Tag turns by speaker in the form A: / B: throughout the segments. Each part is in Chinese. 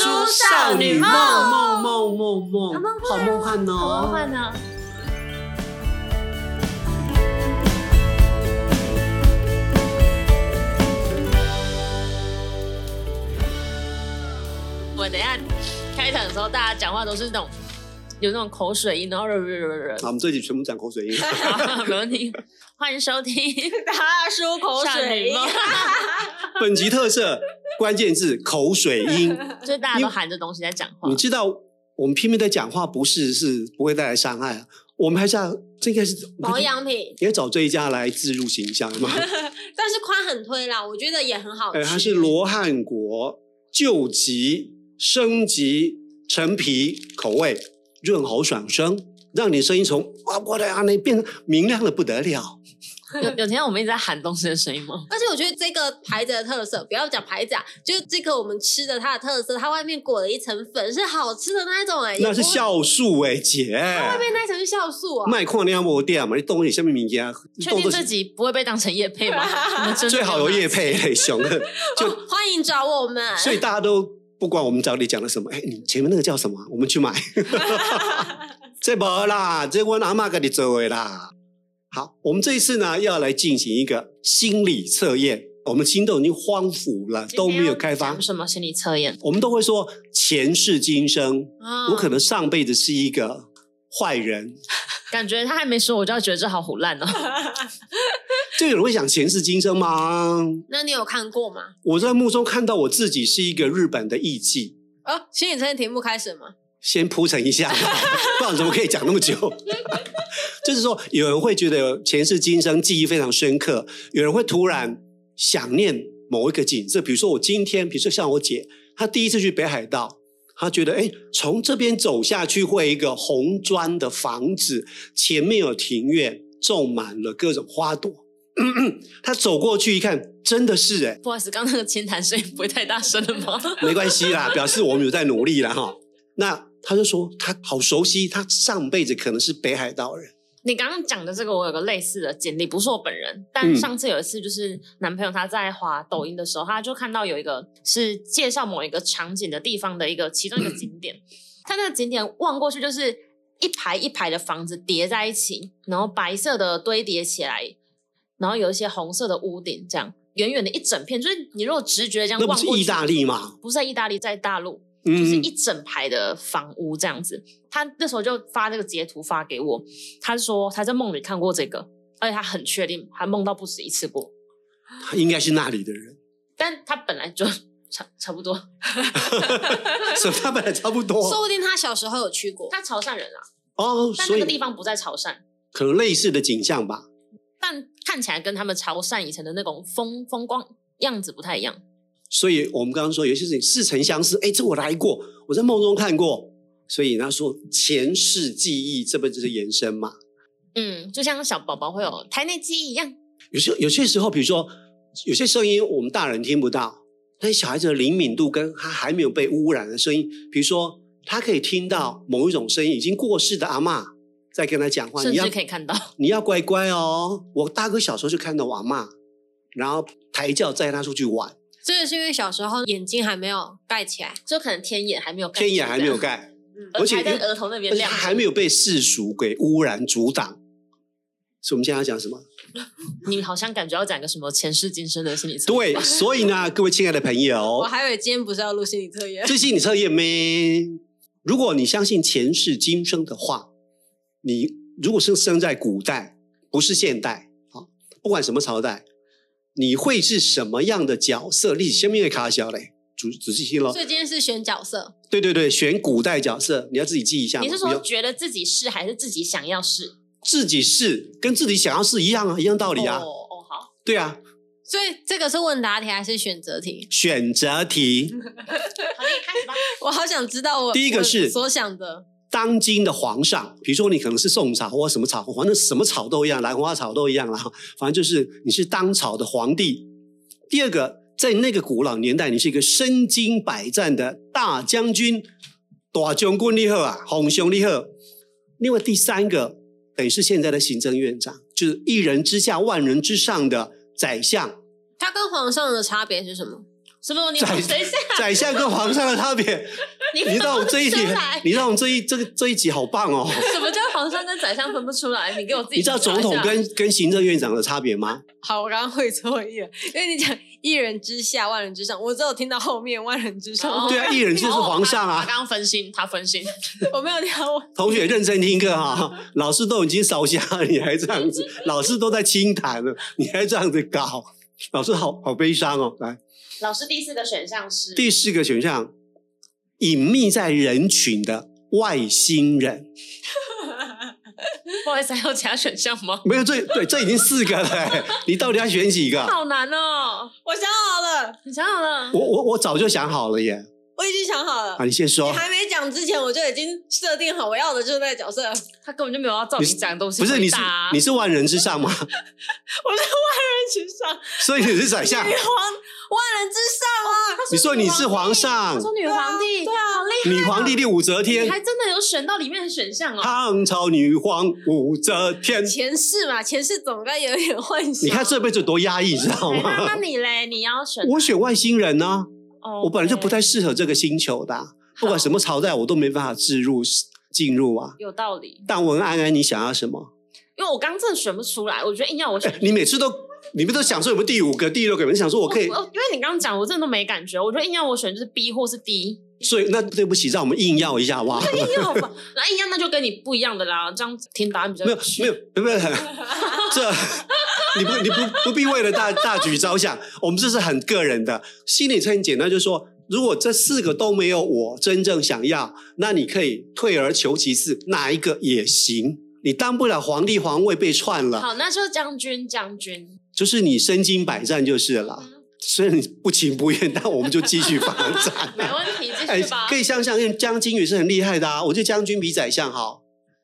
A: 少女梦
B: 梦梦梦梦
A: 梦
B: 好梦幻
A: 好梦
B: 哦！
A: 幻呢？我等一下开场的时候，大家讲话都是那种有那种口水音，然后
B: 好，我们这一集全部讲口水音。
A: 好没问题。欢迎收听《
C: 大叔口
A: 少
C: 水
A: 女梦》，
B: 本集特色关键字口水音。
A: 就是大家都含着东西在讲话
B: 你。知道我们拼命的讲话，不是是不会带来伤害，我们还是要这应该是
C: 保，养品，
B: 应该找这一家来自入形象嘛。
C: 但是宽很推啦，我觉得也很好吃。
B: 呃，它是罗汉果救急升级陈皮口味，润喉爽声，让你声音从哇哇的啊那变明亮的不得了。
A: 有有听到我们一直在喊东西的声音吗？
C: 而且我觉得这个牌子的特色，不要讲牌子啊，就是这个我们吃的它的特色，它外面裹了一层粉，是好吃的那一种哎、
B: 那是
C: 也不会
B: 酵素哎、姐，
C: 外面那一层是酵素啊，
B: 卖矿那摩店嘛，你动你下面名家，
A: 确
B: 动
A: 定
B: 作
A: 自己不会被当成叶配吗？我们真的
B: 最好有叶配 嘞，熊的。就
C: 哦 欢迎找我们。
B: 所以大家都不管我们找你讲了什么，哎，你前面那个叫什么啊？我们 去买。这没啦，这我阿妈给你做的啦。好，我们这一次呢要来进行一个心理测验，我们心都已经荒芜了，
A: 今
B: 都
A: 天
B: 没有
A: 要
B: 开发
A: 讲。什么心嗯理测验？
B: 我们都会说前世今生，
C: 啊
B: 我可能上辈子是一个坏人，
A: 感觉他还没说，我就要觉得这好胡烂哦。
B: 就有人会想前世今生吗？
C: 那你有看过吗？
B: 我在梦中看到我自己是一个日本的艺妓，
C: 哦，心理测验题目开始了吗？
B: 先铺陈一下嘛，不然怎么可以讲那么久？ 就是说，有人会觉得前世今生记忆非常深刻，有人会突然想念某一个景色，比如说我今天，比如说像我姐，她第一次去北海道，她觉得哎，诶从这边走下去会有一个红砖的房子，前面有庭院，种满了各种花朵。 她走过去一看，真的是哎、诶
A: 不好意思，刚刚那个清谈声音不会太大声了吗？
B: 没关系啦，表示我们有在努力啦哈。那他就说他好熟悉，他上辈子可能是北海道人，
A: 你刚刚讲的这个，我有个类似的经历，不是我本人，但
B: 嗯
A: 上次有一次，就是男朋友他在滑抖音的时候，他就看到有一个是介绍某一个场景的地方的一个其中一个景点，他那个景点望过去就是一排一排的房子叠在一起，然后白色的堆叠起来，然后有一些红色的屋顶，这样远远的一整片，就是你如果直觉这样
B: 那
A: 望
B: 不
A: 过
B: 是
A: 去，
B: 意大利吗？
A: 不是在意大利，在大陆。就是
B: 嗯
A: 一，整排的房屋这样子。他那时候就发这个截图发给我，他说他在梦里看过这个，而且他很确定，他梦到不止一次过。
B: 他应该是那里的人，
A: 但他本来就 差差不多，
B: 所以他本来差不
C: 说
B: 多
C: 不定他小时候有去过。
A: 他潮汕人啊，
B: 哦，
A: 但
B: 所
A: 那个地
B: 以
A: 方不在潮汕，
B: 可能类似的景象吧。
A: 但看起来跟他们潮汕以前的那种风风光样子不太一样。
B: 所以我们刚刚说有些事情似曾相识，哎，这我来过，我在梦中看过。所以他说前世记忆这辈子是延伸嘛。
A: 嗯，就像小宝宝会有胎内记忆一样，
B: 有些有些时候，比如说有些声音我们大人听不到，但是小孩子的灵敏度跟他还没有被污染的声音，比如说他可以听到某一种声音，已经过世的阿嬷在跟他讲话，
A: 甚
B: 你要
A: 至可以看到。
B: 你要乖乖哦。我大哥小时候就看到我阿嬷，然后抬轿载他出去玩，
C: 这个是因为小时候眼睛还没有盖起来，
A: 就可能天眼还没有盖，
B: 天眼还没有，盖，
A: 而
B: 而且
A: 且在额头那边
B: 而且
A: 亮
B: 他
A: 着，
B: 还没有被世俗给污染阻挡。所以我们现在要讲什么？
A: 你好像感觉要讲个什么前世今生的心理测验。
B: 对，所以呢，各位亲爱的朋友，
C: 我还以为今天不是要录心理测验。
B: 这心理测验咩？如果你相信前世今生的话，你如果是生在古代，不是现代，好，不管什么朝代，你会是什么样的角色？历史下面的卡小嘞，仔仔细听喽
C: 所。以今天是选角色，
B: 对对对，选古代角色，你要自己记一下嘛。
A: 你是
B: 不
A: 说
B: 用
A: 觉得自己是还是自己想要是？
B: 自己是跟自己想要是一样啊，一样道理啊。
A: 哦哦好，
B: 对啊，
C: 所以这个是问答题还是选择题？
B: 选择题，
A: 好嘞，开 始吧。
C: 我好想知道我
B: 第一个是
C: 我所想的，
B: 当今的皇上，比如说你可能是宋朝或什么朝，反正什么朝都一样，兰花朝都一样啦。反正就是你是当朝的皇帝。第二个，在那个古老年代，你是一个身经百战的大将军，大将军厉害啊，红兄厉害。另外第三个，等于是现在的行政院长，就是一人之下万人之上的宰相，
C: 它跟皇上的差别是什么？
A: 什么？你
B: 宰
A: 等一下，
B: 宰相跟皇上的差别，
A: 你
B: 你让我们这一集
A: 分不出来，
B: 你让我们这一这个这一集好棒哦！
A: 什么叫皇上跟宰相分不出来？你给我自己
B: 你知道
A: 查一
B: 总统
A: 下
B: 跟跟行政院长的差别吗？
C: 好，我刚刚会错意了，因为你讲一人之下，万人之上，我只有听到后面万人之上，
A: 哦
B: 对啊，一人制是皇上
A: 哦他
B: 啊
A: 他。刚刚分心，他分心。
C: 我没有听到我。
B: 同学认真听课哈， 老师都已经烧瞎了，你还这样子，老师都在清谈了，你还这样子搞，老师好好悲伤哦。来，
A: 老师第四个选项是
B: 第四个选项，隐秘在人群的外星人，
A: 不好意思，还有其他选项吗？
B: 没有这对这已经四个了、哎你到底要选几个？
A: 好难哦！
C: 我想好了，
A: 你想好了
B: 我，我我早就想好了耶，
C: 我已经想好了。
B: 啊，你先
C: 你
B: 说，
C: 还没讲之前，我就已经设定好我要的就是那个角色，我是
A: 他根本就没有要照
B: 你
A: 你
B: 是
A: 讲的东西
B: 不是你
A: 回
B: 是
A: 答啊
B: 你是万人之上吗？
C: 万人之上，
B: 所以你是宰相，
C: 女皇万人之上啊！
A: 哦
B: 你说你是皇上
A: 他，说女皇帝，
C: 对啊
A: 好厉
B: 女皇帝令武则
A: 害，
B: 天
A: 你，还真的有选到里面的选项哦。
B: 唐朝女皇武则天。
C: 前世嘛，前世总该有一点幻想。
B: 你看这辈子多压抑，你知道
A: 哎 那那
B: 吗？
A: 你嘞？你要选？
B: 我选外星人呢、
A: 哦
B: 我本来就不太适合这个星球的啊、不管什么朝代我都没办法置入进入啊。
A: 有道理，
B: 但文安安，你想要什么？
A: 因为我刚真的选不出来，我觉得硬要 我选
B: 哎，你每次都你们都想说有没有第五个、第六个，你们想说我可以
A: 我，因为你刚刚讲，我真的都没感觉，我觉得硬要我选就是 B 或是 D，
B: 所以那对不起，让我们硬要一下好不好？
A: 硬要吧，那硬要那就跟你不一样的啦，这样听答案比较
B: 没有
A: 有趣
B: 没有没有，这你不你不不必为了大大局着想，我们这是很个人的。心理测验简单，就是说，如果这四个都没有我真正想要，那你可以退而求其次，哪一个也行。你当不了皇帝皇位被篡了，
A: 好，那就将军将军，
B: 就是你身经百战就是
A: 嗯
B: 了。 虽然你不情不愿，但我们就继续发展。
A: 没问题，继
B: 哎
A: 续吧。
B: 可以想想，因为将军也是很厉害的啊。我觉得将军比宰相好。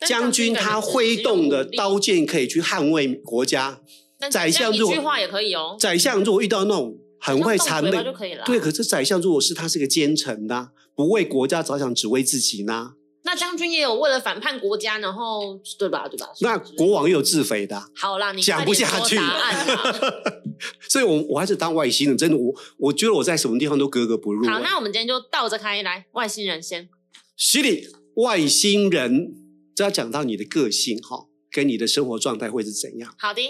A: 但
B: 将军他挥动的刀剑可以去捍卫国家，
A: 但
B: 宰相
A: 这
B: 如
A: 样
B: 果
A: 一句话也可以哦，
B: 宰相如果遇到那种很会谄
A: 就动嘴
B: 媚
A: 巴，就可以了。
B: 对，，可是宰相如果是他是个奸臣呐、不为国家着想，只为自己呢，
A: 那将军也有为了反叛国家，然后对吧？对吧？
B: 那国王也有自肥的啊、
A: 好啦，你
B: 讲
A: 快
B: 不
A: 点
B: 下
A: 说
B: 去
A: 答案啊啦
B: 所以我，我还是当外星人，真的，我我觉得我在什么地方都格格不入、
A: 好，
B: 哎
A: 那我们今天就倒着开来，外星人先。
B: 徐礼，外星人，这要讲到你的个性哈、跟你的生活状态会是怎样？
A: 好 的，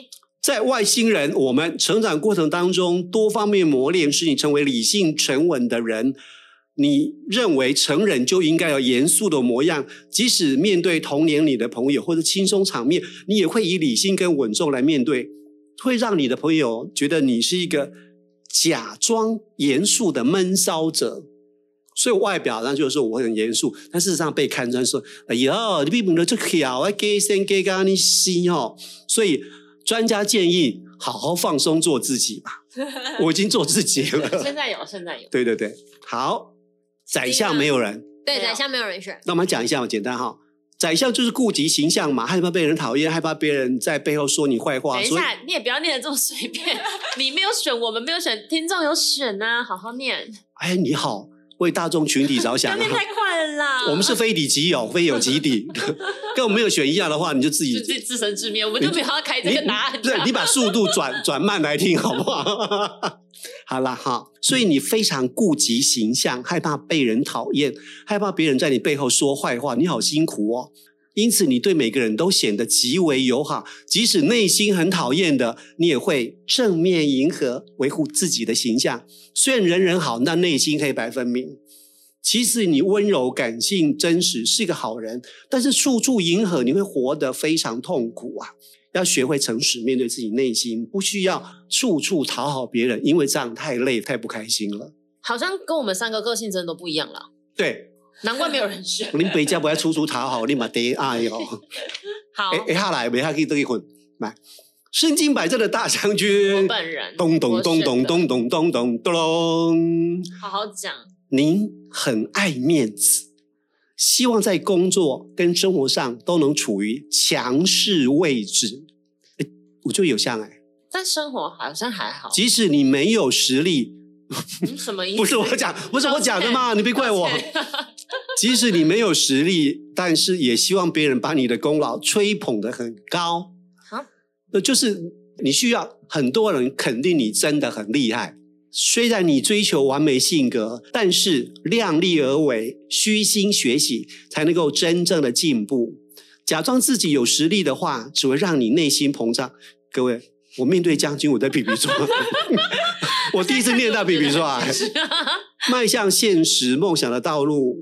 B: 在外星人，我们成长过程当中多方面磨练，使你成为理性沉稳的人。你认为成人就应该有严肃的模样，即使面对同年龄的朋友或者轻松场面，你也会以理性跟稳重来面对，会让你的朋友觉得你是一个假装严肃的闷骚者。所以外表上就是说我很严肃，但事实上被看穿说：“哎呦，你比不得这条啊，给先给咖你西哦。”所以专家建议好好放松做自己吧。我已经做自己 了。
A: 现在有，现在有。
B: 对对对，好，宰相没有人，
C: 对，
A: 没有
C: 宰相没有人选，
B: 那我们讲一下哦，简单哈。宰相就是顾及形象嘛，害怕被人讨厌，害怕别人在背后说你坏话，
A: 等一
B: 所以
A: 下，你也不要念的这么随便。你没有选，我们没有选，听众有选呐、好好念，
B: 哎，你好，为大众群体着
A: 不 要
B: 想
A: 念
B: 啊。
A: 太快了啦。
B: 我们是非敌即友，非友即敌。 跟我们没有选一样的话，你就自己
A: 自己自生自灭，我们就不要开这
B: 你
A: 个答案。
B: 不是你把速度转转慢来听好不好？ 好啦，哈，所以你非常顾及形象，害怕被人讨厌，害怕别人在你背后说坏话，你好辛苦哦。因此，你对每个人都显得极为友好，即使内心很讨厌的，你也会正面迎合，维护自己的形象。虽然人人好，但内心黑白分明。其实你温柔、感性、真实，是一个好人，但是处处迎合，你会活得非常痛苦啊。要学会诚实面对自己内心，不需要处处讨好别人，因为这样太累、太不开心了。
A: 好像跟我们三个个性真的都不一样了，
B: 对，
A: 难怪没有人 选。
B: 你回家不要处处讨好，你嘛得爱哦。
A: 好，
B: 哎，下来，没下去都可以混。来，身经百战的大将
A: 我
B: 军，
A: 本人
B: 咚咚
A: 我选
B: 咚
A: 的
B: 咚咚咚咚咚咚。
A: 好好讲。
B: 您很爱面子，希望在工作跟生活上都能处于强势位置。哎我就有像哎、
A: 但生活好像还好，
B: 即使你没有实力，
A: 嗯什么意思？
B: 不是我讲，不是我讲的 嘛，你别怪我
A: 抱。歉
B: 即使你没有实力，但是也希望别人把你的功劳吹捧得很高
A: 啊。
B: 那就是你需要很多人肯定你真的很厉害，虽然你追求完美性格，但是量力而为，虚心学习，才能够真正的进步。假装自己有实力的话，只会让你内心膨胀。各位，我面对将军，我在比比说， 我第一次面到比比说啊，迈向现实梦想的道路，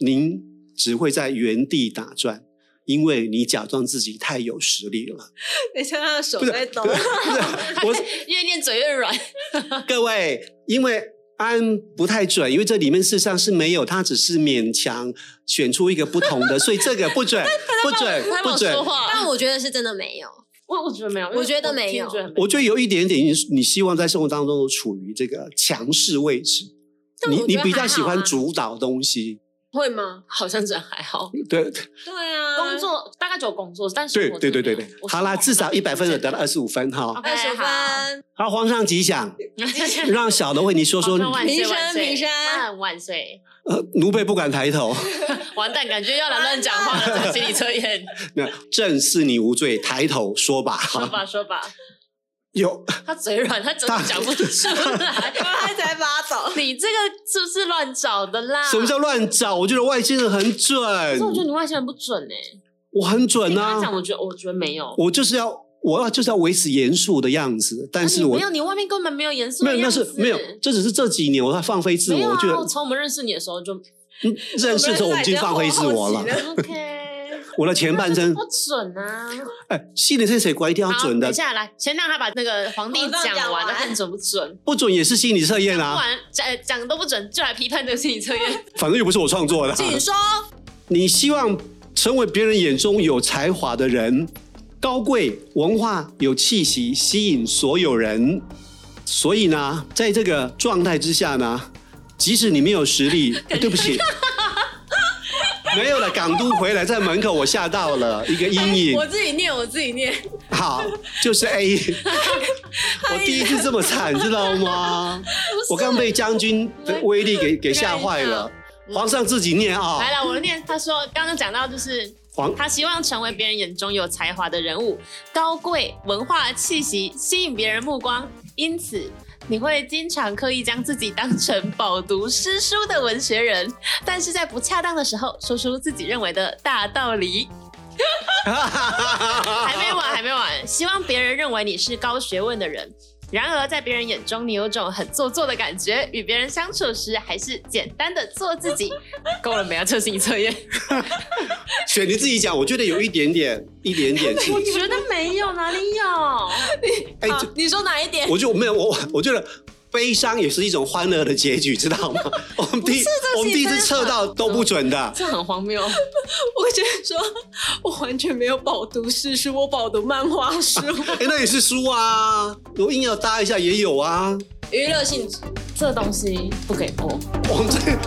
B: 您只会在原地打转，因为你假装自己太有实力了。
C: 你看他的手
B: 不是
C: 在抖
B: 不，是 不是
A: 越念嘴越软。
B: 我各位，因为安不太准，因为这里面事实上是没有，他只是勉强选出一个不同 的，所以这个不准，不准，
A: 他帮
B: 不
A: 我
B: 准
A: 说。话，
C: 但我觉得是真的没有。
A: 我我觉得没有，
C: 我觉得没有
A: 我听了觉得很没有
B: 我觉得有一点点，你你希望在生活当中处于这个强势位置，
C: 但
B: 你
C: 我觉
B: 你
C: 得
B: 比
C: 还
B: 较
C: 好
B: 喜欢
C: 啊
B: 主导东西，
C: 会吗？
A: 好像真的还好。
B: 对
C: 对啊，
A: 工作大概只有工作，但是
B: 对对对对对。好啦，至少一百分的得到二十五分哈。
C: 二十
A: OK，好哎
C: 分，
B: 好，皇上吉祥，
A: 说
B: 让小的为你说说。
A: 万岁
C: 平
A: 万
C: 身
A: 岁
C: 平身
A: 万万岁！
B: 呃，奴婢不敢抬头，
A: 完蛋，感觉要来乱讲话了，走心理测验，
B: 那正视你无罪，抬头说吧。
A: 说吧说吧。
B: 有
A: 他嘴软，他真的讲不出来。
C: 他才发抖。
A: 你这个是不是乱找的啦？
B: 什么叫乱找？我觉得外星人很准
A: 可是，我觉得你外星人不准哎、
B: 我很
A: 你
B: 准
A: 刚刚讲，
B: 啊，
A: 我觉得我觉得没有。
B: 我就是要我要就是要维持严肃的样子，但是
A: 啊你
B: 我
A: 没有，你外面根本没有严肃
B: 没
A: 的
B: 有，那
A: 样子。
B: 是没有，这只是这几年我在放飞自
A: 没有
B: 我，我觉
A: 啊！
B: 得
A: 我从我们认识你的时候就
B: 嗯认识的时候我已经放飞自我了，
A: OK，
B: 我的前半生
A: 不，准啊！
B: 哎，心理测谁管一定要
A: 好
B: 准
A: 等
B: 的
A: 一，下来，先让他把那个皇帝
C: 皇上
A: 讲
C: 讲
A: 完，
C: 完
A: 他看准不准。
B: 不准也是心理测验
A: 不
B: 啊，
A: 然讲讲都不准，就来批判这个心理测验。
B: 反正又不是我创作的。
C: 请说，
B: 你希望成为别人眼中有才华的人，高贵文化有气息，吸引所有人。所以呢，在这个状态之下呢，即使你没有实力，哎对不起，没有了。港都回来在门口，我吓到了一个阴影
A: 哎
C: 我。自己念，我自己念。
B: 好，就是 A，我第一次这么惨，知道吗？我刚被将军的威力给给吓坏了。皇上自己念啊、
A: 来了，我念。他说刚刚讲到就是
B: 皇
A: 他希望成为别人眼中有才华的人物，高贵文化气息吸引别人目光，因此。你会经常刻意将自己当成饱读诗书的文学人，但是在不恰当的时候说出自己认为的大道理。还没完，还没完。希望别人认为你是高学问的人，然而在别人眼中，你有种很做作的感觉。与别人相处时，还是简单的做自己。够了没有？ 这心理测验，
B: 雪，你自己讲，我觉得有一点点，一点 点 是，
A: 我觉得没有，哪里有？
B: 哎、
C: 好
B: 这
C: 你说哪一点？
B: 我就没有我，我觉得悲伤也是一种欢乐的结局，知道吗？我们第一我们第一次测到都不准的，
A: 这很荒谬。
C: 我觉得说，我完全没有饱读诗书，我饱读漫画 书，
B: 哎、那也是输啊，我硬要搭一下也有啊，
C: 娱乐性质。
A: 这东西不给过。
B: 我们这。